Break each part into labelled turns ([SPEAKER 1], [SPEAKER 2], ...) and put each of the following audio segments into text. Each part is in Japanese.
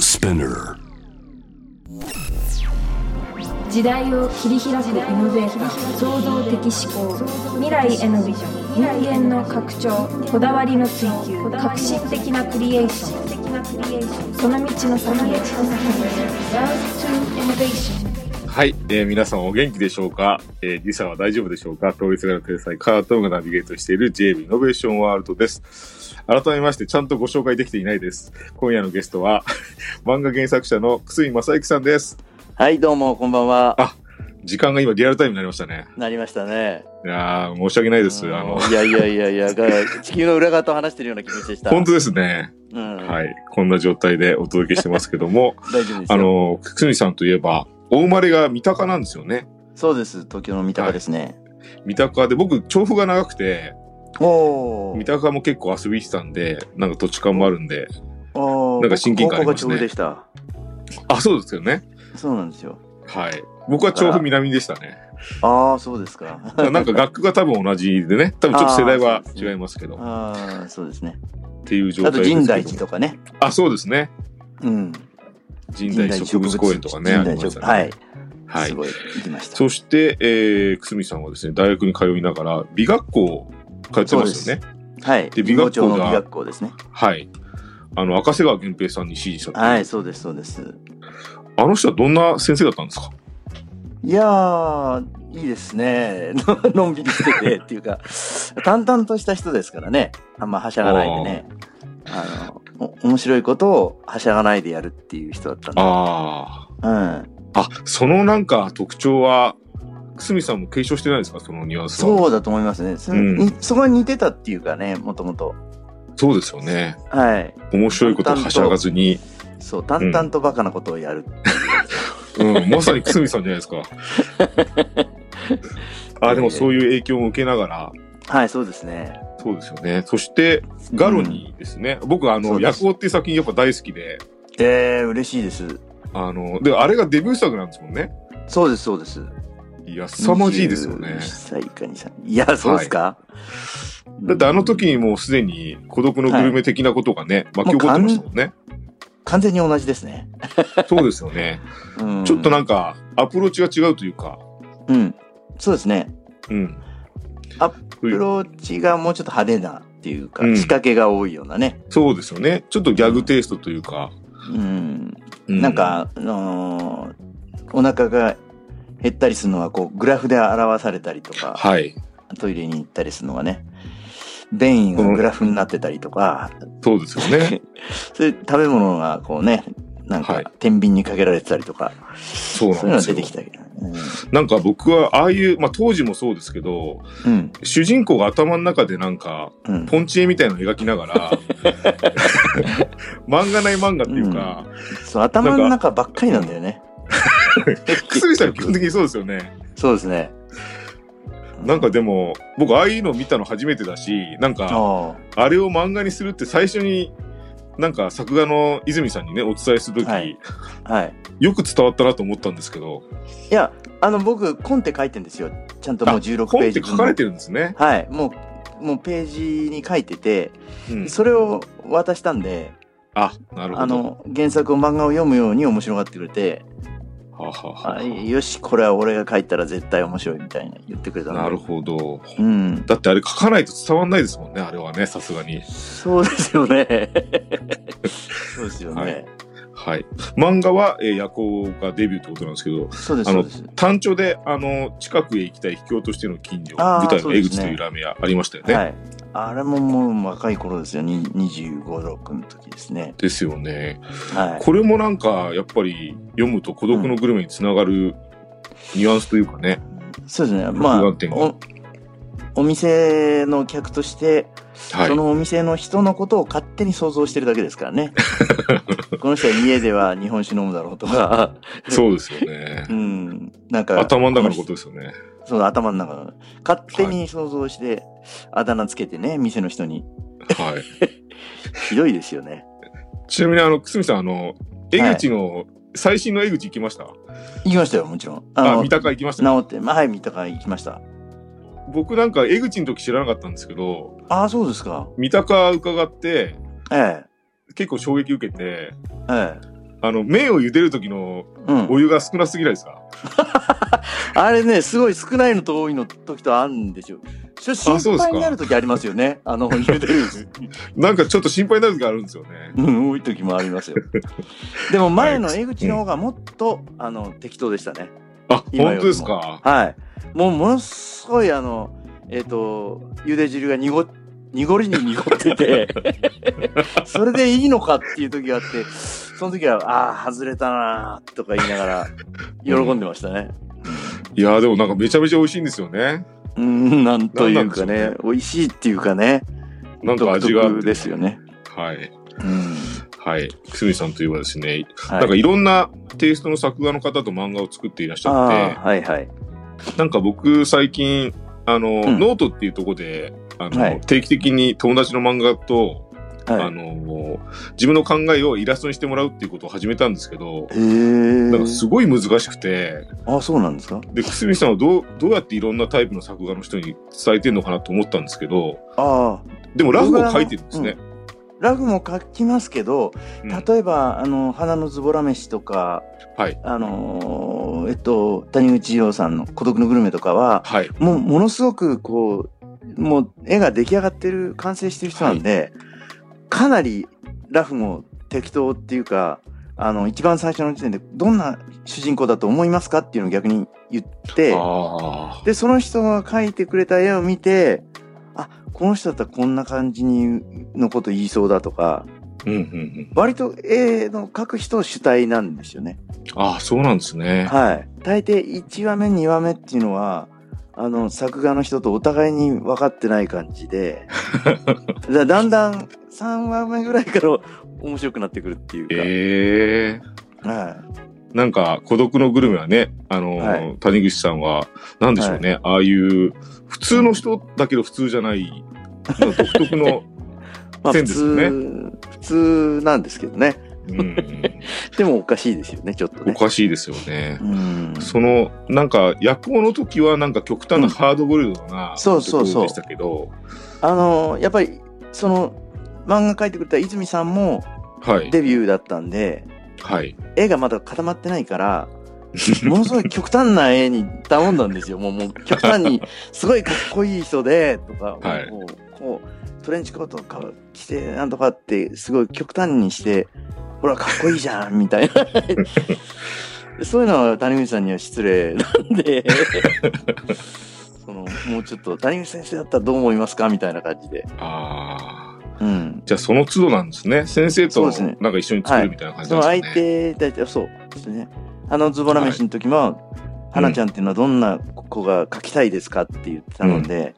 [SPEAKER 1] Spinner
[SPEAKER 2] 時代を切り開くイノベーター創造的思考未来へのビジョン人間の拡張こだわりの追求革新的なクリエーションその道の先へ Round to Innovation
[SPEAKER 3] はい、えー皆さんお元気でしょうか、えー、時差は大丈夫でしょうか通りすがりの天才カートンがナビゲートしている JB イノベーションワールドです。改めまして、ちゃんとご紹介できていないです。今夜のゲストは、 漫画原作者の楠井正幸さんです。
[SPEAKER 4] はい、どうも、こんばんは
[SPEAKER 3] あ。時間が今リアルタイムになりましたね。
[SPEAKER 4] なりましたね。
[SPEAKER 3] いやー申し訳ないです。あの、
[SPEAKER 4] いやいやいやい や、が地球の裏側と話してるような気持ちでした。
[SPEAKER 3] 本当ですね。
[SPEAKER 4] うん、
[SPEAKER 3] はい。こんな状態でお届けしてますけど も、
[SPEAKER 4] 大丈夫です
[SPEAKER 3] あ
[SPEAKER 4] よ。
[SPEAKER 3] の、楠井さんといえば、お生まれが三鷹なんですよね。
[SPEAKER 4] そうです、東京の三鷹ですね。
[SPEAKER 3] 三鷹で、僕、調布が長くて、
[SPEAKER 4] お
[SPEAKER 3] 三
[SPEAKER 4] ー
[SPEAKER 3] 鷹も結構遊びに来てたんで、なんか土地勘もあるんで、
[SPEAKER 4] おー
[SPEAKER 3] なんか親近感ありますね
[SPEAKER 4] 高校が調布でした。
[SPEAKER 3] あ、そうですよね。
[SPEAKER 4] そうなんですよ。
[SPEAKER 3] はい。僕は調布南でしたね。
[SPEAKER 4] ああ、そうですか。
[SPEAKER 3] だからなんか学区が多分同じでね、多分ちょっと世代は違いますけど、
[SPEAKER 4] ああ、そうですね。
[SPEAKER 3] っていう状態
[SPEAKER 4] あと、
[SPEAKER 3] ですけど。
[SPEAKER 4] 神代寺とかね。
[SPEAKER 3] あ、そうですね。
[SPEAKER 4] うん。
[SPEAKER 3] 神代植物公園とかね。
[SPEAKER 4] 神代
[SPEAKER 3] ありまし
[SPEAKER 4] 植
[SPEAKER 3] た
[SPEAKER 4] 物。
[SPEAKER 3] ね
[SPEAKER 4] はい。
[SPEAKER 3] は
[SPEAKER 4] す
[SPEAKER 3] い。
[SPEAKER 4] ごい、行きました。
[SPEAKER 3] そして、えー、久住さんはですね、大学に通いながら、美学校通ってますよね。
[SPEAKER 4] はい。
[SPEAKER 3] で美学校が
[SPEAKER 4] 神保町の美学校ですね。
[SPEAKER 3] はい。あの、赤瀬川源平さんに指示したっていう
[SPEAKER 4] はい、そうです、そうです。
[SPEAKER 3] あの人はどんな先生だったんですか
[SPEAKER 4] いやー、いいですね。 ののんびりしててっていうか、淡々とした人ですからね。あんまはしゃがないでね。あの、お面白いことをはしゃがないでやるっていう人だったんで。
[SPEAKER 3] あ
[SPEAKER 4] うん。
[SPEAKER 3] あ。あ、そのなんか特徴は、久住さんも継承してないですかそのニュアンスは。
[SPEAKER 4] そうだと思いますね。そ,、
[SPEAKER 3] うん
[SPEAKER 4] にそこに似てたっていうかね、もともと。
[SPEAKER 3] そうですよね。
[SPEAKER 4] はい。
[SPEAKER 3] 面白いことはしゃがずに、
[SPEAKER 4] そう、淡々とバカなことをやる。
[SPEAKER 3] うん、まさに久住さんじゃないです か。あでもそういう影響を受けながら、
[SPEAKER 4] はい、そうですね。
[SPEAKER 3] そうですよね。そして、ガロニーですね。僕、あ
[SPEAKER 4] そ
[SPEAKER 3] の、
[SPEAKER 4] うで
[SPEAKER 3] 夜
[SPEAKER 4] す
[SPEAKER 3] 行っていう作品やっぱ大好きで、
[SPEAKER 4] えー、嬉しいです。
[SPEAKER 3] あの、で、あれがデビュー作なんですもんね。
[SPEAKER 4] そうです、そうです。
[SPEAKER 3] いや、凄まじいですよ
[SPEAKER 4] 21
[SPEAKER 3] ね。
[SPEAKER 4] 歳か2歳。いや、そうですか、
[SPEAKER 3] だってあの時にもうすでに孤独のグルメ的なことがね、巻き起こってましたもんね。
[SPEAKER 4] 完全に同じですね。
[SPEAKER 3] そうですよね。
[SPEAKER 4] うん、
[SPEAKER 3] ちょっとなんか、アプローチが違うというか、
[SPEAKER 4] うん。そうですね。
[SPEAKER 3] うん。
[SPEAKER 4] ア
[SPEAKER 3] と
[SPEAKER 4] ア
[SPEAKER 3] い
[SPEAKER 4] プ
[SPEAKER 3] う
[SPEAKER 4] ローチがもうちょっと派手なっていうか、
[SPEAKER 3] うん
[SPEAKER 4] 仕掛けが多いようなね。
[SPEAKER 3] そうですよね。ちょっとギャグテイストというか。
[SPEAKER 4] うん。
[SPEAKER 3] う
[SPEAKER 4] なん、か、あのーお腹が減ったりするのは、こう、グラフで表されたりとか、
[SPEAKER 3] はい。
[SPEAKER 4] トイレに行ったりするのはね、便意がグラフになってたりとか、
[SPEAKER 3] そうですよね。
[SPEAKER 4] そういう食べ物がこうね、なん
[SPEAKER 3] はい
[SPEAKER 4] か、天秤にかけられてたりとか、
[SPEAKER 3] そう
[SPEAKER 4] そういう
[SPEAKER 3] なんで
[SPEAKER 4] のが
[SPEAKER 3] すよ
[SPEAKER 4] 出てきたけど、うん
[SPEAKER 3] なんか僕はああいう、まあ当時もそうですけど、
[SPEAKER 4] うん。
[SPEAKER 3] 主人公が頭の中でなんか、
[SPEAKER 4] うん。
[SPEAKER 3] ポンチ絵みたいなの描きなが ら、漫画ない漫画っていうか、
[SPEAKER 4] そう、頭の中ばっかりなんだよね。
[SPEAKER 3] くすみさん基本的にそうですよね。
[SPEAKER 4] そうですね。
[SPEAKER 3] なんかでも、僕ああいうの見たの初めてだし、なんか、
[SPEAKER 4] あ
[SPEAKER 3] あれを漫画にするって最初に、なんか作画の泉さんにね、お伝えするとき、
[SPEAKER 4] はいあ、はい。
[SPEAKER 3] よく伝わったなと思ったんですけど、
[SPEAKER 4] いや、あの、僕、コンテ書いてんですよ。ちゃんともう
[SPEAKER 3] あ
[SPEAKER 4] 16ペ
[SPEAKER 3] 本
[SPEAKER 4] ー
[SPEAKER 3] っ
[SPEAKER 4] ジ
[SPEAKER 3] て
[SPEAKER 4] 分
[SPEAKER 3] 書かれてるんですね。
[SPEAKER 4] はい。もう、もうページに書いてて、
[SPEAKER 3] うん、
[SPEAKER 4] それを渡したんで、
[SPEAKER 3] あ、なるほど。
[SPEAKER 4] あの、原作を漫画を読むように面白がってくれて、
[SPEAKER 3] はあはあはあ
[SPEAKER 4] あよし、これは俺が書いたら絶対面白いみたいな言ってくれたんで。
[SPEAKER 3] なるほど。
[SPEAKER 4] うん。
[SPEAKER 3] だってあれ書かないと伝わんないですもんね、あれはね、さすがに。
[SPEAKER 4] そうです よね。そうですよね。
[SPEAKER 3] はいはい。漫画は、えー夜行がデビューってことなんですけど、
[SPEAKER 4] そうです、
[SPEAKER 3] あ
[SPEAKER 4] そ
[SPEAKER 3] の
[SPEAKER 4] うです。
[SPEAKER 3] 単調で、あの、近くへ行きたい秘境としての近所、
[SPEAKER 4] あー
[SPEAKER 3] 舞台
[SPEAKER 4] そ
[SPEAKER 3] の
[SPEAKER 4] う
[SPEAKER 3] 江
[SPEAKER 4] ですね
[SPEAKER 3] 口というラーメン屋ありましたよね。
[SPEAKER 4] はい。あれももう若い頃ですよ。に25、6の時ですね。
[SPEAKER 3] ですよね。
[SPEAKER 4] はい。
[SPEAKER 3] これもなんか、やっぱり読むと孤独のグルメにつながるニュアンスというかね。
[SPEAKER 4] そうですね。まあ、
[SPEAKER 3] 録画点が
[SPEAKER 4] おお店の客として、
[SPEAKER 3] はい
[SPEAKER 4] そ。のお店の人のことを勝手に想像してるだけですか らね。この人は家では日本酒飲むだろう とか、
[SPEAKER 3] そうですよね
[SPEAKER 4] う。ん、なんか、
[SPEAKER 3] 頭の中のことですよね。
[SPEAKER 4] そう、頭の中の。勝手に想像して、あだ名つけてね、店の人に。
[SPEAKER 3] はい。
[SPEAKER 4] ひどいですよね。
[SPEAKER 3] ちなみに、あの、くすみさん、あの、江口の、最新の江口行きました
[SPEAKER 4] 行きましたよ、もちろん。あ
[SPEAKER 3] あ、
[SPEAKER 4] の、
[SPEAKER 3] 三鷹行きました。
[SPEAKER 4] 治って、まあ、はい、三鷹行きました。
[SPEAKER 3] 僕なんか江口の時知らなかったんですけど、
[SPEAKER 4] ああ、そうですか。
[SPEAKER 3] 三鷹伺って、
[SPEAKER 4] ええ、
[SPEAKER 3] 結構衝撃受けて、
[SPEAKER 4] ええ。
[SPEAKER 3] あの、麺を茹でる時の
[SPEAKER 4] うん。
[SPEAKER 3] お湯が少なすぎないですか、
[SPEAKER 4] あれね、すごい少ないのと多いの時とあるんですよ。ちょっ
[SPEAKER 3] あ
[SPEAKER 4] と
[SPEAKER 3] そう
[SPEAKER 4] 心
[SPEAKER 3] ですか
[SPEAKER 4] 配になる時ありますよね。あ の、茹でる。
[SPEAKER 3] なんかちょっと心配になる時があるんですよね。
[SPEAKER 4] うん、多い時もありますよ。でも前の江口の方がもっと、あの、適当でしたね。
[SPEAKER 3] あ、
[SPEAKER 4] 今より
[SPEAKER 3] 本
[SPEAKER 4] も
[SPEAKER 3] 当ですか
[SPEAKER 4] はい。もうものすごいあの、えっ、と、茹で汁が濁っ濁りに濁って て、それでいいのかっていう時があって、その時は、ああ、外れたなーとか言いながら、喜んでましたね。
[SPEAKER 3] いやーでもなんかめちゃめちゃ美味しいんですよね。
[SPEAKER 4] うん、なんという
[SPEAKER 3] な
[SPEAKER 4] か
[SPEAKER 3] んな
[SPEAKER 4] ね
[SPEAKER 3] んでしょ、
[SPEAKER 4] 美味しいっていうかね、
[SPEAKER 3] なんか味があ
[SPEAKER 4] 独
[SPEAKER 3] る
[SPEAKER 4] 特ですよね。
[SPEAKER 3] はい。
[SPEAKER 4] うん。
[SPEAKER 3] はい。久住さんといえばですね、
[SPEAKER 4] は
[SPEAKER 3] なんかいろんなテイストの作画の方と漫画を作っていらっし
[SPEAKER 4] あ
[SPEAKER 3] ゃ
[SPEAKER 4] あ、はいはい。
[SPEAKER 3] って、なんか僕最近、あの、
[SPEAKER 4] ん
[SPEAKER 3] ノートっていうとこで、あの、
[SPEAKER 4] はい
[SPEAKER 3] 定期的に友達の漫画と、あ
[SPEAKER 4] はい。
[SPEAKER 3] の、自分の考えをイラストにしてもらうっていうことを始めたんですけど、
[SPEAKER 4] へ
[SPEAKER 3] なん
[SPEAKER 4] え
[SPEAKER 3] か。すごい難しくて、
[SPEAKER 4] あ、そうなんですか
[SPEAKER 3] で、久住さんはどう、どうやっていろんなタイプの作画の人に伝えてるのかなと思ったんですけど、
[SPEAKER 4] ああ。
[SPEAKER 3] でもラフを書いてるんですね。
[SPEAKER 4] うんラフも書きますけど、
[SPEAKER 3] うん
[SPEAKER 4] 例えば、あの、花のズボラ飯とか、
[SPEAKER 3] はい。
[SPEAKER 4] あのーえっと、谷口洋さんの孤独のグルメとかは、
[SPEAKER 3] はい。
[SPEAKER 4] もう、ものすごく、こう、もう、絵が出来上がってる、完成してる人なんで、かなり、ラフも適当っていうか、あの、一番最初の時点で、どんな主人公だと思いますかっていうのを逆に言って、
[SPEAKER 3] あ
[SPEAKER 4] で、その人が描いてくれた絵を見て、あ、この人だったらこんな感じにのこと言いそうだとか、
[SPEAKER 3] あ。うんうんうん。
[SPEAKER 4] 割と絵の描く人主体なんですよね。
[SPEAKER 3] ああ、そうなんですね。
[SPEAKER 4] はい。大抵1話目、2話目っていうのは、あの、作画の人とお互いに分かってない感じで、 だだんだん3話目ぐらいから面白くなってくるっていうか、
[SPEAKER 3] ええ
[SPEAKER 4] はい。
[SPEAKER 3] なんか、孤独のグルメはね、あのー、
[SPEAKER 4] はい
[SPEAKER 3] 谷口さんは、なんでしょうね、ああいう、普通の人だけど普通じゃない、独特 の、
[SPEAKER 4] まあ
[SPEAKER 3] 線
[SPEAKER 4] 普
[SPEAKER 3] ですよね
[SPEAKER 4] 通、普通なんですけどね。
[SPEAKER 3] うん、
[SPEAKER 4] でもおかしいですよね、ちょっと
[SPEAKER 3] お
[SPEAKER 4] ね。
[SPEAKER 3] かしいですよね
[SPEAKER 4] う。ん
[SPEAKER 3] その、なんか、夜行の時は、なんか極端なハードボイルドな、
[SPEAKER 4] そうそうそう
[SPEAKER 3] でしたけど、
[SPEAKER 4] あのやっぱりその漫画描いてくれた泉さんも
[SPEAKER 3] はい。
[SPEAKER 4] デビューだったんで
[SPEAKER 3] はい。
[SPEAKER 4] 絵がまだ固まってないからものすごい極端な絵に頼んだんですよもうもう極端にすごいかっこいい人でとか、
[SPEAKER 3] はい
[SPEAKER 4] もうこうトレンチコートか着てなんとかってすごい極端にしてほらかっこいいじゃんみたい なそういうのは谷口さんには失礼なんでそのもうちょっと谷口先生だったらどう思いますかみたいな感じで。
[SPEAKER 3] ああ。
[SPEAKER 4] うん
[SPEAKER 3] じゃあ、その都度なんですね。先生
[SPEAKER 4] そう
[SPEAKER 3] と
[SPEAKER 4] ですね、
[SPEAKER 3] なんか一緒に作るみたいな感じ
[SPEAKER 4] そ
[SPEAKER 3] なん
[SPEAKER 4] の
[SPEAKER 3] ですかね。
[SPEAKER 4] 相手、だいたい、そうですね。あのズボラ飯の時も、花ちゃんっていうのはどんな子が描きたいですかって言ってたので、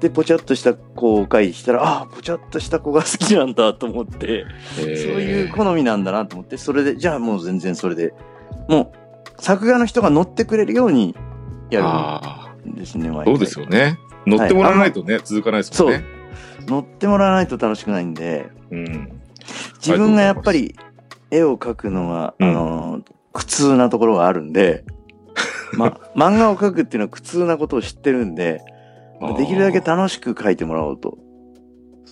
[SPEAKER 4] で、ぽちゃっとした子を描いてきたら、ああ、ぽちゃっとした子が好きなんだと思って、
[SPEAKER 3] えー
[SPEAKER 4] そういう好みなんだなと思って、それで、じゃあもう全然それで、もう、作画の人が乗ってくれるようにや
[SPEAKER 3] あ
[SPEAKER 4] るんですね、
[SPEAKER 3] あ。
[SPEAKER 4] 毎
[SPEAKER 3] そ
[SPEAKER 4] 回
[SPEAKER 3] うですよね。乗ってもらわないとね、続かないですもんね。
[SPEAKER 4] 乗ってもらわないと楽しくないんで、
[SPEAKER 3] うん。
[SPEAKER 4] 自分がやっぱり絵を描くのは、
[SPEAKER 3] うん
[SPEAKER 4] あの苦痛なところがあるん で、ま、漫画を描くっていうのは苦痛なことを知ってるんでできるだけ楽しく描いてもらおうと。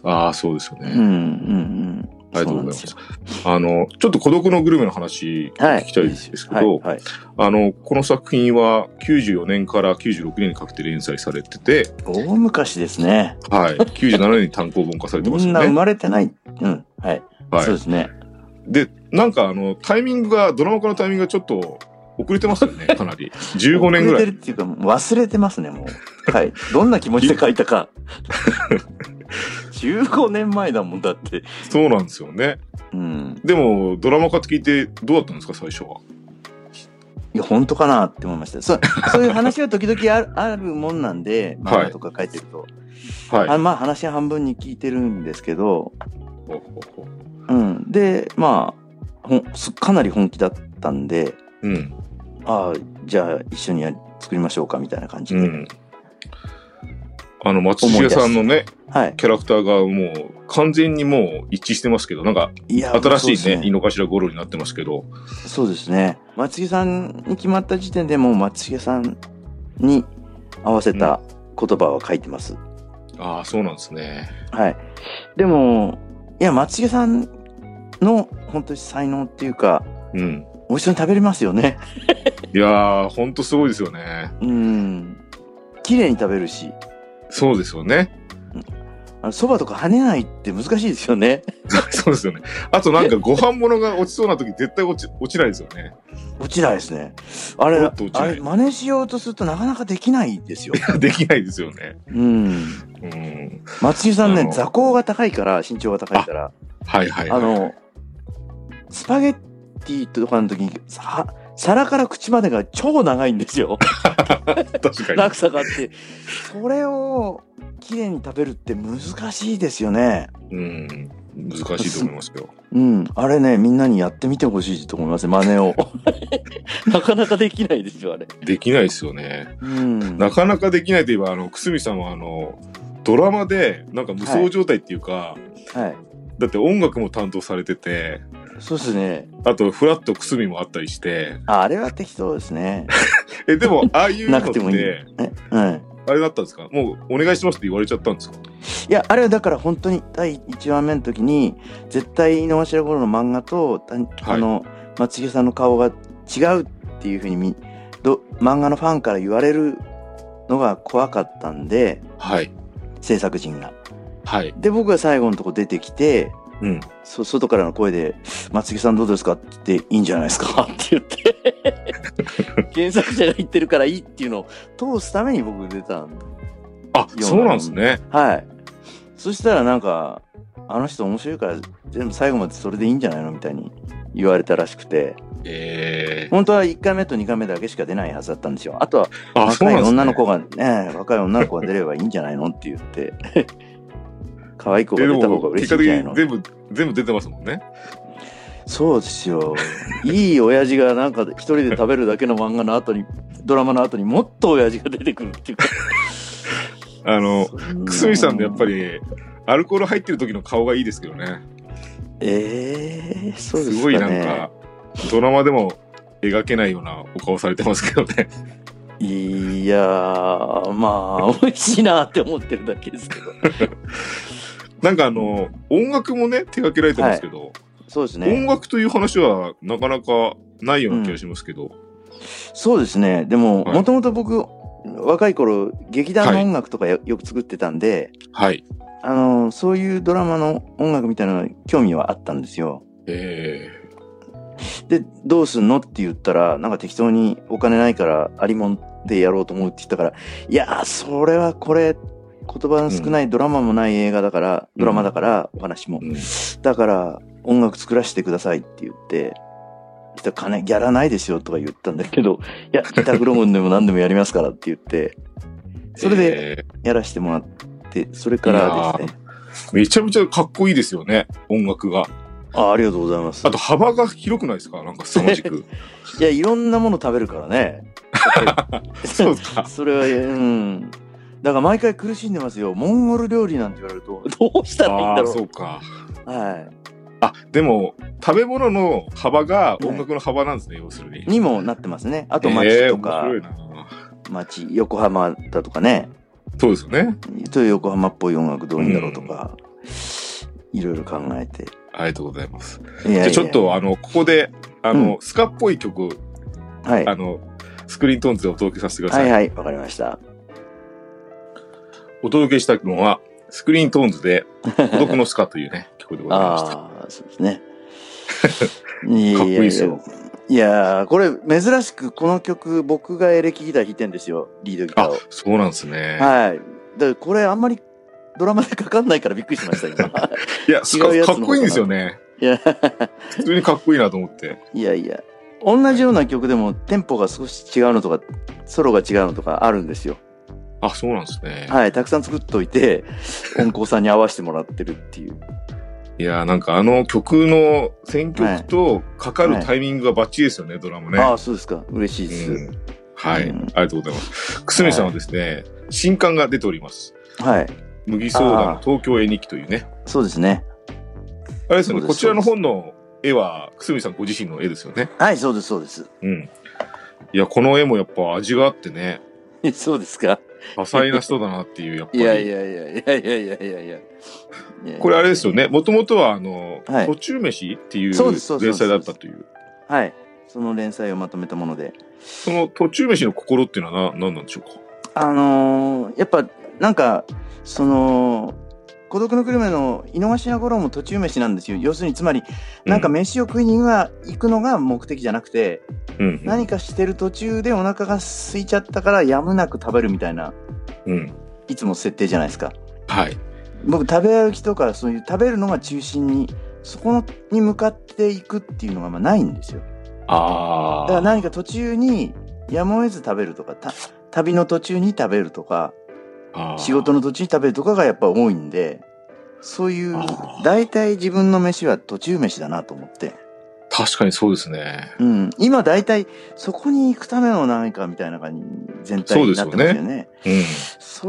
[SPEAKER 3] ああ、そうですよね。
[SPEAKER 4] うんうんうん。
[SPEAKER 3] ありがとうございます
[SPEAKER 4] そうなんで
[SPEAKER 3] あの、ちょっと孤独のグルメの話
[SPEAKER 4] すよ。はい。
[SPEAKER 3] 聞きたいですけど、
[SPEAKER 4] はいはい。
[SPEAKER 3] あの、この作品は94年から96年にかけて連載されてて、
[SPEAKER 4] 大昔ですね。
[SPEAKER 3] はい、97年に単行本化されてま
[SPEAKER 4] み
[SPEAKER 3] す
[SPEAKER 4] ん
[SPEAKER 3] よ
[SPEAKER 4] な生
[SPEAKER 3] ね。
[SPEAKER 4] まれてない。うん。はい。
[SPEAKER 3] は
[SPEAKER 4] そう
[SPEAKER 3] い
[SPEAKER 4] で。すね。
[SPEAKER 3] で、なんかあの、タイミングが、ドラマ化のタイミングがちょっと遅れてますよ ね、かなり。15年ぐら
[SPEAKER 4] 遅れて
[SPEAKER 3] い。
[SPEAKER 4] るっていうか、もう忘れてますね、もう。はい。どんな気持ちで描い たか。15年前だもんだって。
[SPEAKER 3] そうなんですよね。
[SPEAKER 4] うん。
[SPEAKER 3] でも、ドラマ化って聞いてどうだったんですか、最初は。
[SPEAKER 4] いや、本当かなって思いました。そ そういう話は時々あるあるもんなんで、
[SPEAKER 3] はい
[SPEAKER 4] 漫画とか書いてると。
[SPEAKER 3] は
[SPEAKER 4] あ
[SPEAKER 3] い。
[SPEAKER 4] まあ話半分に聞いてるんですけど、
[SPEAKER 3] ほうほうほ
[SPEAKER 4] うん。で、まあ、ほんすかなり本気だったんで、
[SPEAKER 3] ううん。
[SPEAKER 4] ああ、じゃあ一緒にやり作りましょうかみたいな感じ
[SPEAKER 3] う
[SPEAKER 4] で。
[SPEAKER 3] ん。あの、松重さんのね、
[SPEAKER 4] はい。
[SPEAKER 3] キャラクターがもう、完全にもう一致してますけど、なんか、
[SPEAKER 4] いや
[SPEAKER 3] 新しいね
[SPEAKER 4] そうです
[SPEAKER 3] 井の頭五郎になってますけど
[SPEAKER 4] そうですね。松木さんに決まった時点でもう松木さんに合わせた言葉は書いてます。
[SPEAKER 3] ああそうなんですね
[SPEAKER 4] はい。でも、いや、松重さんの本当に才能っていうか、
[SPEAKER 3] うん。
[SPEAKER 4] 美味しそうに食べれますよ ね。
[SPEAKER 3] いやー、ほんとすごいですよね。
[SPEAKER 4] うん。綺麗に食べるし、
[SPEAKER 3] そうですよね。
[SPEAKER 4] あの、蕎麦とか跳ねないって難しいですよ ね。
[SPEAKER 3] そうですよね。あと なんかご飯物が落ちそうな時絶対落ち、落ちないですよね。
[SPEAKER 4] 落ちないですね。あれ、
[SPEAKER 3] もっと落ちな
[SPEAKER 4] あ
[SPEAKER 3] い
[SPEAKER 4] れ、真似しようとするとなかなかできないですよ。
[SPEAKER 3] できないですよね。
[SPEAKER 4] うん。
[SPEAKER 3] うん。
[SPEAKER 4] 松井さん
[SPEAKER 3] あ
[SPEAKER 4] ね、
[SPEAKER 3] の
[SPEAKER 4] 座高が高いから、身長が高いから、
[SPEAKER 3] はいはい、
[SPEAKER 4] あ
[SPEAKER 3] はい。
[SPEAKER 4] の、スパゲッティとかの時に、さ皿から口までが超長いんですよ。
[SPEAKER 3] 確かに。
[SPEAKER 4] 落差があって。 それを、綺麗に食べるって難しいですよね。
[SPEAKER 3] うん。難しいと思いますよ。
[SPEAKER 4] うん。あれね、みんなにやってみてほしいと思いますね、真似を。 なかなかできないですよ、あれ。
[SPEAKER 3] できないですよね。
[SPEAKER 4] うん。
[SPEAKER 3] なかなかできないといえば、あの、久住さんはあの、ドラマで、なんか無双状態っていうか、
[SPEAKER 4] はい。
[SPEAKER 3] だって音楽も担当されてて、
[SPEAKER 4] そうですね。
[SPEAKER 3] あと、フラットくすみもあったりして、
[SPEAKER 4] ああれは適当ですね。
[SPEAKER 3] え、で も、ああいうの
[SPEAKER 4] な
[SPEAKER 3] っ
[SPEAKER 4] く
[SPEAKER 3] て
[SPEAKER 4] てもいいえはい。
[SPEAKER 3] あれだったんですかもう、お願いしますって言われちゃったんですか
[SPEAKER 4] いや、あれはだから本当に第1話目の時に、絶対井の頭頃の漫画と、たあの、松木さんの顔が違うっていうふうにみど、漫画のファンから言われるのが怖かったんで、
[SPEAKER 3] はい。
[SPEAKER 4] 制作陣が。
[SPEAKER 3] はい。
[SPEAKER 4] で、僕が最後のとこ出てきて、
[SPEAKER 3] うん。
[SPEAKER 4] そ外からの声で「松木さんどうですか?」って言って「いいんじゃないで すか?」って言って 原作者が言ってるからいいっていうのを通すために僕出たんで
[SPEAKER 3] あ、そうなんですね。
[SPEAKER 4] はいそしたらなんか「あの人面白いから全部最後までそれでいいんじゃないの?」みたいに言われたらしくて
[SPEAKER 3] ええ
[SPEAKER 4] 本当は1回目と2回目だけしか出ないはずだったんですよあとは
[SPEAKER 3] あ、そう
[SPEAKER 4] 若
[SPEAKER 3] ないんですね。
[SPEAKER 4] 女の子がね若い女の子が出ればいいんじゃないのって言って 可愛い子が
[SPEAKER 3] えで
[SPEAKER 4] 出た方が
[SPEAKER 3] も、
[SPEAKER 4] 嬉
[SPEAKER 3] 結
[SPEAKER 4] し
[SPEAKER 3] 果的
[SPEAKER 4] いんじゃないの
[SPEAKER 3] に全部、全部出てますもんね。
[SPEAKER 4] そうですよ。いい親父がなんか一人で食べるだけの漫画の後に、ドラマの後にもっと親父が出てくるっていうか。
[SPEAKER 3] あの、
[SPEAKER 4] そんな
[SPEAKER 3] くすみさんのやっぱ。り、アルコール入ってる時の顔がいいですけどね。
[SPEAKER 4] ええそうで
[SPEAKER 3] す
[SPEAKER 4] すか、ね。
[SPEAKER 3] ごいなんか、ドラマでも描けないようなお顔されてますけどね。
[SPEAKER 4] いやー、まあ、美味しいなって思ってるだけですけど。
[SPEAKER 3] なんかあの、音楽もね、手掛けられてますけど、
[SPEAKER 4] そうです
[SPEAKER 3] 音
[SPEAKER 4] ね。
[SPEAKER 3] 楽という話はなかなかないような気がしますけど、
[SPEAKER 4] そうですね。でも、
[SPEAKER 3] はい
[SPEAKER 4] もともと僕、若い頃、劇団の音楽とかよ,、よく作ってたんで、
[SPEAKER 3] はい。
[SPEAKER 4] あのそういうドラマの音楽みたいなの興味はあったんですよ。
[SPEAKER 3] ええ
[SPEAKER 4] で、どうすんのって言ったら、なんか適当にお金ないからありもんでやろうと思うって言ったから、いやー、それはこれ、言葉の少ないドラマもない映画だから、
[SPEAKER 3] ん
[SPEAKER 4] ドラマだから、お話も。
[SPEAKER 3] うん
[SPEAKER 4] だから、音楽作らせてくださいって言って、そしたら金、ギャラないですよとか言ったんだけど、いや、自宅ローンでも何でもやりますからって言って、それで
[SPEAKER 3] え
[SPEAKER 4] やらせてもらって、それからですね。
[SPEAKER 3] えめちゃめちゃかっこいいですよね、音楽が。
[SPEAKER 4] あありがとうございます
[SPEAKER 3] あ。と幅が広くないですかなんか凄まじ く。
[SPEAKER 4] いや、いろんなもの食べるからね。
[SPEAKER 3] そうですか。
[SPEAKER 4] それは、うん。だから毎回苦しんでますよ。モンゴル料理なんて言われると、どうしたらいいん
[SPEAKER 3] あ
[SPEAKER 4] だ
[SPEAKER 3] あ、
[SPEAKER 4] ろ。
[SPEAKER 3] そううか。
[SPEAKER 4] は
[SPEAKER 3] あ、でも、食べ物の幅が音楽の幅なんですね、要するに
[SPEAKER 4] い。。にもなってますね。あと
[SPEAKER 3] え
[SPEAKER 4] 町
[SPEAKER 3] え
[SPEAKER 4] と
[SPEAKER 3] 面
[SPEAKER 4] か、
[SPEAKER 3] 白いな。
[SPEAKER 4] 町、横浜だとかね。
[SPEAKER 3] そうですよね。
[SPEAKER 4] と横浜っぽい音楽どういうんだろうとか、いろいろ考えて。
[SPEAKER 3] ありがとうございます。
[SPEAKER 4] いやい
[SPEAKER 3] じゃ
[SPEAKER 4] や
[SPEAKER 3] あちょっ、と、あの、ここで、あの、スカっぽい曲を、
[SPEAKER 4] はい。
[SPEAKER 3] あの、スクリーントーンズでお届けさせてくださ
[SPEAKER 4] はいはい、わかりました。
[SPEAKER 3] お届けしたのは、スクリーントーンズ で、孤独のスカというね、曲でございました。
[SPEAKER 4] ああ、そうで すね。いや
[SPEAKER 3] かっこいいですよ。
[SPEAKER 4] いやー、これ珍しくこの曲、僕がエレキギター弾いてんですよ。リードギター
[SPEAKER 3] あ
[SPEAKER 4] を。、
[SPEAKER 3] そうなんですね。
[SPEAKER 4] はい。だからこれあんまりドラマでかかんないからびっくりしました、今。
[SPEAKER 3] い、や、スカ
[SPEAKER 4] 違うやつ
[SPEAKER 3] か
[SPEAKER 4] の
[SPEAKER 3] っこいいんですよね。
[SPEAKER 4] いや、
[SPEAKER 3] 普通にかっこいいなと思って。
[SPEAKER 4] いやいや。同じような曲でもテンポが少し違うのとか、ソロが違うのとかあるんですよ。
[SPEAKER 3] あ、そうなんですね。
[SPEAKER 4] はい。たくさん作っといて、音工さんに合わせてもらってるっていう。
[SPEAKER 3] いや、なんかあの曲の選曲とかかるタイミングがバッチリですよね、ドラマね。
[SPEAKER 4] ああ、そうですか。嬉しいです。
[SPEAKER 3] うんはい、
[SPEAKER 4] うん
[SPEAKER 3] ありがとうございます。くすみさんはですね、新刊が出ております。
[SPEAKER 4] はい。
[SPEAKER 3] 麦ソーダ
[SPEAKER 4] あ
[SPEAKER 3] の
[SPEAKER 4] ー
[SPEAKER 3] 東京絵日記というね。
[SPEAKER 4] そうですね。
[SPEAKER 3] あれですよね、
[SPEAKER 4] そ
[SPEAKER 3] こ
[SPEAKER 4] うです
[SPEAKER 3] ちらの本の絵は、くすみさんご自身の絵ですよね。
[SPEAKER 4] はい、そうです、そうです。
[SPEAKER 3] うん。いや、この絵もやっぱ味があってね、
[SPEAKER 4] そうですか。
[SPEAKER 3] 多彩な人だなっていう、やっぱ
[SPEAKER 4] い
[SPEAKER 3] り。
[SPEAKER 4] やいやいやいやいやいやいやいやいや
[SPEAKER 3] これあれですよね。もともとは、あの、
[SPEAKER 4] はい
[SPEAKER 3] 途中飯っていう
[SPEAKER 4] そうですそうです
[SPEAKER 3] 連載だったという。
[SPEAKER 4] はいその連載をまとめたもので
[SPEAKER 3] その途中飯の心っていうのはな何なんでしょうか
[SPEAKER 4] あのーやっぱなんかその孤独のグルメの井の頭五郎も途中飯なんですよ要するにつまりなんか、飯を食いには行くのが目的じゃなくて、
[SPEAKER 3] うんうん、
[SPEAKER 4] 何かしてる途中でお腹が空いちゃったからやむなく食べるみたいな
[SPEAKER 3] うん。
[SPEAKER 4] いつも設定じゃないですか
[SPEAKER 3] はい。
[SPEAKER 4] 僕食べ歩きとかそういう食べるのが中心にそこに向かっていくっていうのがまあないんですよ
[SPEAKER 3] あ
[SPEAKER 4] だから
[SPEAKER 3] あ。
[SPEAKER 4] 何か途中にやむを得ず食べるとかた旅の途中に食べるとか
[SPEAKER 3] あー
[SPEAKER 4] 仕事の途中に食べるとかがやっぱ多いんでそういう
[SPEAKER 3] あー
[SPEAKER 4] 大体自分の飯は途中飯だなと思って、
[SPEAKER 3] 確かにそうですね。
[SPEAKER 4] うん、今大体そこに行くための何かみたいな感じ全体になってますよね
[SPEAKER 3] そ
[SPEAKER 4] そう
[SPEAKER 3] うん。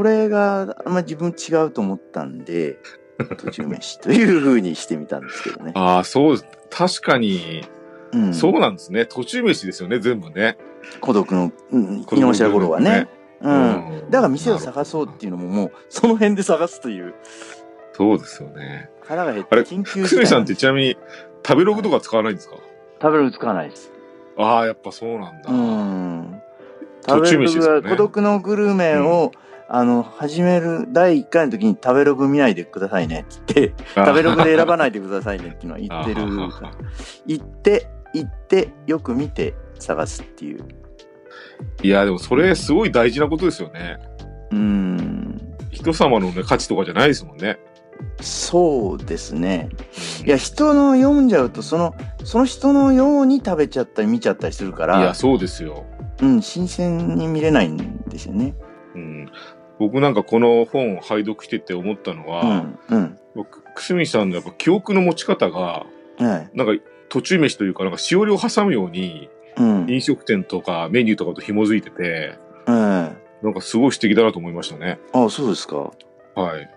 [SPEAKER 4] れがあんま自分違うと思ったんで途中飯というふうにしてみたんですけどね、
[SPEAKER 3] ああ、そう、確かに、
[SPEAKER 4] うん、
[SPEAKER 3] そうなんですね。途中飯ですよね、全部ね。
[SPEAKER 4] 孤独の、うん、
[SPEAKER 3] 孤独
[SPEAKER 4] 井の
[SPEAKER 3] の
[SPEAKER 4] 頭頃はねうん
[SPEAKER 3] うん
[SPEAKER 4] だから店を探そうっていうのももうその辺で探すという
[SPEAKER 3] そうですよね。
[SPEAKER 4] 腹が減っ
[SPEAKER 3] あ
[SPEAKER 4] て
[SPEAKER 3] れ
[SPEAKER 4] 緊急事
[SPEAKER 3] 久
[SPEAKER 4] 態
[SPEAKER 3] 米さ
[SPEAKER 4] なんん
[SPEAKER 3] っ
[SPEAKER 4] で
[SPEAKER 3] てちなみに、食べログとか使わないんですか、
[SPEAKER 4] 食べる使わないです
[SPEAKER 3] ああ、やっぱそうなんだ。
[SPEAKER 4] うん。
[SPEAKER 3] 途
[SPEAKER 4] 食べ
[SPEAKER 3] 中
[SPEAKER 4] ロ
[SPEAKER 3] 飯です
[SPEAKER 4] グ
[SPEAKER 3] よね
[SPEAKER 4] は孤独のグルメを、あの、始める第1回の時に食べログ見ないでくださいねって言って、
[SPEAKER 3] あー
[SPEAKER 4] 食べログで選ばないでくださいねっていうのは言ってる
[SPEAKER 3] あははは
[SPEAKER 4] 言って、言って、よく見て探すっていう。
[SPEAKER 3] いや、でもそれすごい大事なことですよね。
[SPEAKER 4] うん。
[SPEAKER 3] 人様のね、価値とかじゃないですもんね。
[SPEAKER 4] そうですね。
[SPEAKER 3] うん
[SPEAKER 4] いや、人の読んじゃうと、その、その人のように食べちゃったり見ちゃったりするか
[SPEAKER 3] いや、
[SPEAKER 4] ら、
[SPEAKER 3] そうですよ。
[SPEAKER 4] うん、新鮮に見れないんですよね。
[SPEAKER 3] うん。僕なんかこの本を拝読してて思ったの
[SPEAKER 4] う
[SPEAKER 3] は、
[SPEAKER 4] ん、うん。
[SPEAKER 3] 僕久住さんのやっぱ記憶の持ち方が、
[SPEAKER 4] はい。
[SPEAKER 3] なんか途中飯というか、なんかしおりを挟むように、
[SPEAKER 4] うん。
[SPEAKER 3] 飲食店とかメニューとかと紐づいてて、
[SPEAKER 4] うん。
[SPEAKER 3] なんかすごい素敵だなと思いましたね。
[SPEAKER 4] ああ、そうですか。
[SPEAKER 3] はい。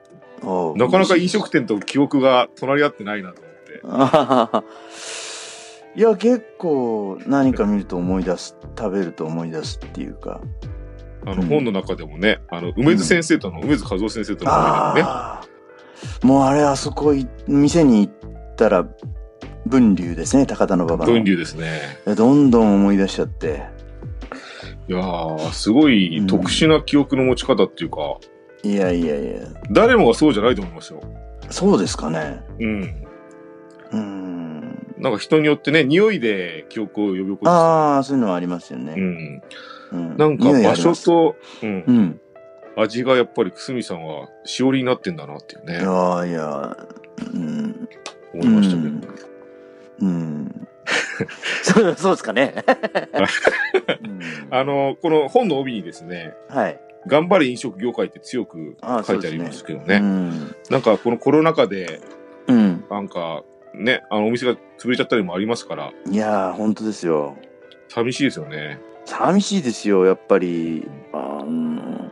[SPEAKER 4] ああ
[SPEAKER 3] なかなか飲食店と記憶が隣り合ってないなと思って。
[SPEAKER 4] あはは はいや結構何か見ると思い出す食べると思い出すっていうか
[SPEAKER 3] あ
[SPEAKER 4] う
[SPEAKER 3] の
[SPEAKER 4] ん
[SPEAKER 3] 本の中でもね、あの、梅津先生との、梅津和夫先生との思い出もね、
[SPEAKER 4] ああもうあれあそこい店に行ったら文流ですね高田馬場の
[SPEAKER 3] 分流ですね。
[SPEAKER 4] どんどん思い出しちゃって
[SPEAKER 3] いやー、すごい特殊な記憶の持ち方っていうか、
[SPEAKER 4] いやいやいや
[SPEAKER 3] 誰もがそうじゃないと思いますよ。
[SPEAKER 4] そうですかね
[SPEAKER 3] うん。
[SPEAKER 4] うーん
[SPEAKER 3] なんか人によってね、匂いで記憶を呼び起こす。
[SPEAKER 4] ああそういうのはありますよ
[SPEAKER 3] う
[SPEAKER 4] ね、
[SPEAKER 3] ん。
[SPEAKER 4] うん
[SPEAKER 3] なんか
[SPEAKER 4] 匂いあ
[SPEAKER 3] 場
[SPEAKER 4] りま
[SPEAKER 3] 所
[SPEAKER 4] す
[SPEAKER 3] と、うん
[SPEAKER 4] う、ん
[SPEAKER 3] 味がやっぱり久住さんはしおりになってんだなっていう
[SPEAKER 4] い
[SPEAKER 3] ね、
[SPEAKER 4] やいやうん
[SPEAKER 3] 思いましたけど。
[SPEAKER 4] うん。そうそうですか ね。うん
[SPEAKER 3] あの、この本の帯にですね、
[SPEAKER 4] はい。
[SPEAKER 3] 頑張れ飲食業界って強く書いてありますけどね。
[SPEAKER 4] うん。
[SPEAKER 3] なんかこのコロナ禍で、
[SPEAKER 4] うん。
[SPEAKER 3] なんかね、あのお店が潰れちゃったりもありますから、
[SPEAKER 4] いやー、本当ですよ。
[SPEAKER 3] 寂しいですよね。
[SPEAKER 4] 寂しいですよ、やっぱり。あの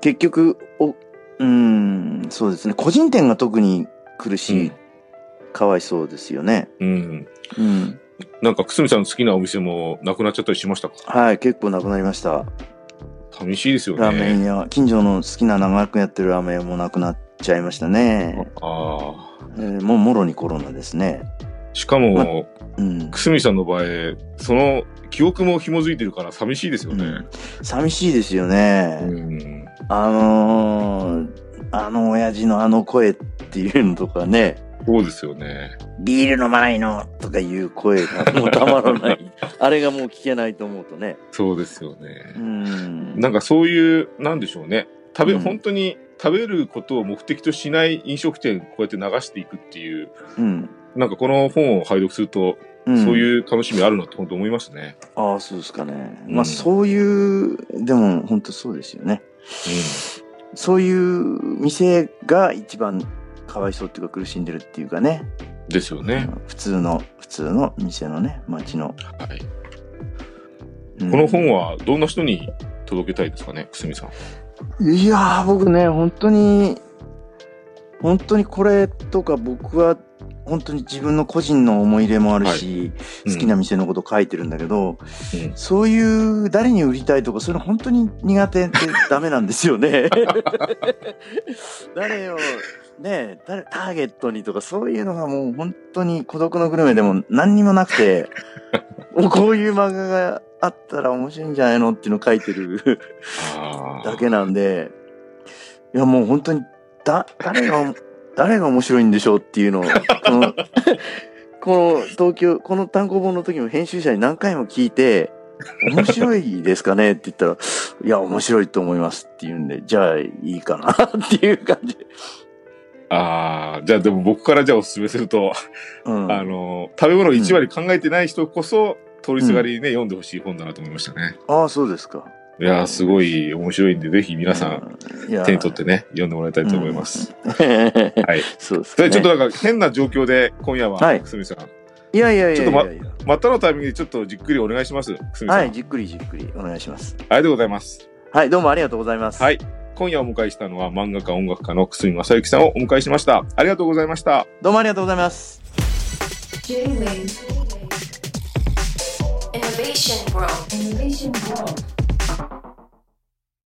[SPEAKER 4] 結局、お、うん、そうですね。個人店が特に苦しい、
[SPEAKER 3] うん
[SPEAKER 4] かわいそうですよね。
[SPEAKER 3] うん。
[SPEAKER 4] うん。
[SPEAKER 3] なんか久住さんの好きなお店もなくなっちゃったりしましたか
[SPEAKER 4] はい、結構なくなりました。
[SPEAKER 3] 寂しいですよ
[SPEAKER 4] ラーメン
[SPEAKER 3] ね。
[SPEAKER 4] 屋、近所の好きな長くやってるラーメン屋もなくなっちゃいましたね。
[SPEAKER 3] ああ。
[SPEAKER 4] えーもうもろにコロナですね。
[SPEAKER 3] しかも、
[SPEAKER 4] うん。
[SPEAKER 3] 久住さんの場合、その記憶も紐づいてるから寂しいですよね。
[SPEAKER 4] 寂しいですよね。
[SPEAKER 3] うん。
[SPEAKER 4] あのー、あの親父のあの声っていうのとかね、
[SPEAKER 3] そうですよね。
[SPEAKER 4] ビール飲まないのとかいう声がもうたまらない。 あれがもう聞けないと思うとね。
[SPEAKER 3] そうですよね。
[SPEAKER 4] うん。
[SPEAKER 3] なんかそういう、なんでしょうね。食べ、
[SPEAKER 4] うん
[SPEAKER 3] 本当に食べることを目的としない飲食店、こうやって流していくっていう、
[SPEAKER 4] うん。
[SPEAKER 3] なんかこの本を拝読すると、
[SPEAKER 4] うん、
[SPEAKER 3] そう
[SPEAKER 4] う。
[SPEAKER 3] いう楽しみあるなって本当思いますね。
[SPEAKER 4] ああ、そうですかね。
[SPEAKER 3] うん
[SPEAKER 4] まあそういう、でも本当そうですよね。そういう店が一番かわいそうっていうか苦しんでるっていうかね。
[SPEAKER 3] ですよね。
[SPEAKER 4] 普通の、普通の店のね、街の。
[SPEAKER 3] はい。
[SPEAKER 4] うん
[SPEAKER 3] この本はどんな人に届けたいですかね、くすみさん。
[SPEAKER 4] いやー僕ね本当に本当にこれとか僕は本当に自分の個人の思い入れもあるし、
[SPEAKER 3] うん
[SPEAKER 4] 好きな店のこと書いてるんだけど、
[SPEAKER 3] うん
[SPEAKER 4] そういう誰に売りたいとか、そういうの本当に苦手って ダメなんです よね。誰を、ね誰、ターゲットにとか、そういうのがもう本当に孤独のグルメでも何にもな くて、もうこういう漫画があったら面白いんじゃないのっていうのを書いてる。
[SPEAKER 3] あー
[SPEAKER 4] だけなんで、いやもう本当に、だ、誰が、誰が面白いんでしょうっていうのを、この、 この東京、この単行本の時も編集者に何回も聞いて、面白いですかねって言ったら、いや、面白いと思いますって言うんで、じゃあいいかなっていう感じ。
[SPEAKER 3] あーじゃあでも僕からじゃあおすすめすると、
[SPEAKER 4] うん。
[SPEAKER 3] あの食べ物1割考えてない人こそ、通りすがりにね、読んでほしい本だなと思いましたね。
[SPEAKER 4] ああ、そうですか。
[SPEAKER 3] いやーすごい面白いんで、ぜひ皆さん、
[SPEAKER 4] うん、いや
[SPEAKER 3] 手に取っ てね、読んでもらいたいと思います。
[SPEAKER 4] うん
[SPEAKER 3] はい。
[SPEAKER 4] そうです
[SPEAKER 3] そ
[SPEAKER 4] ね。
[SPEAKER 3] れちょっとなんか変な状況で、今夜は、
[SPEAKER 4] はい
[SPEAKER 3] くすみさん。
[SPEAKER 4] いやいやいやいやい
[SPEAKER 3] ち
[SPEAKER 4] や
[SPEAKER 3] ょっまたのタイミングでちょっとじっくりお願いします。くすみさん。
[SPEAKER 4] は
[SPEAKER 3] あ
[SPEAKER 4] い、
[SPEAKER 3] り
[SPEAKER 4] じっくりじっくりお願いします。
[SPEAKER 3] がとうございます。
[SPEAKER 4] はい、どうもありがとうございます。
[SPEAKER 3] はい。今夜お迎えしたのは漫画家音楽家のくすみまさゆきさんをお迎えしました。ありがとうございました。
[SPEAKER 4] どうもありがとうございます。
[SPEAKER 2] J-Wave Innovation World Innovation World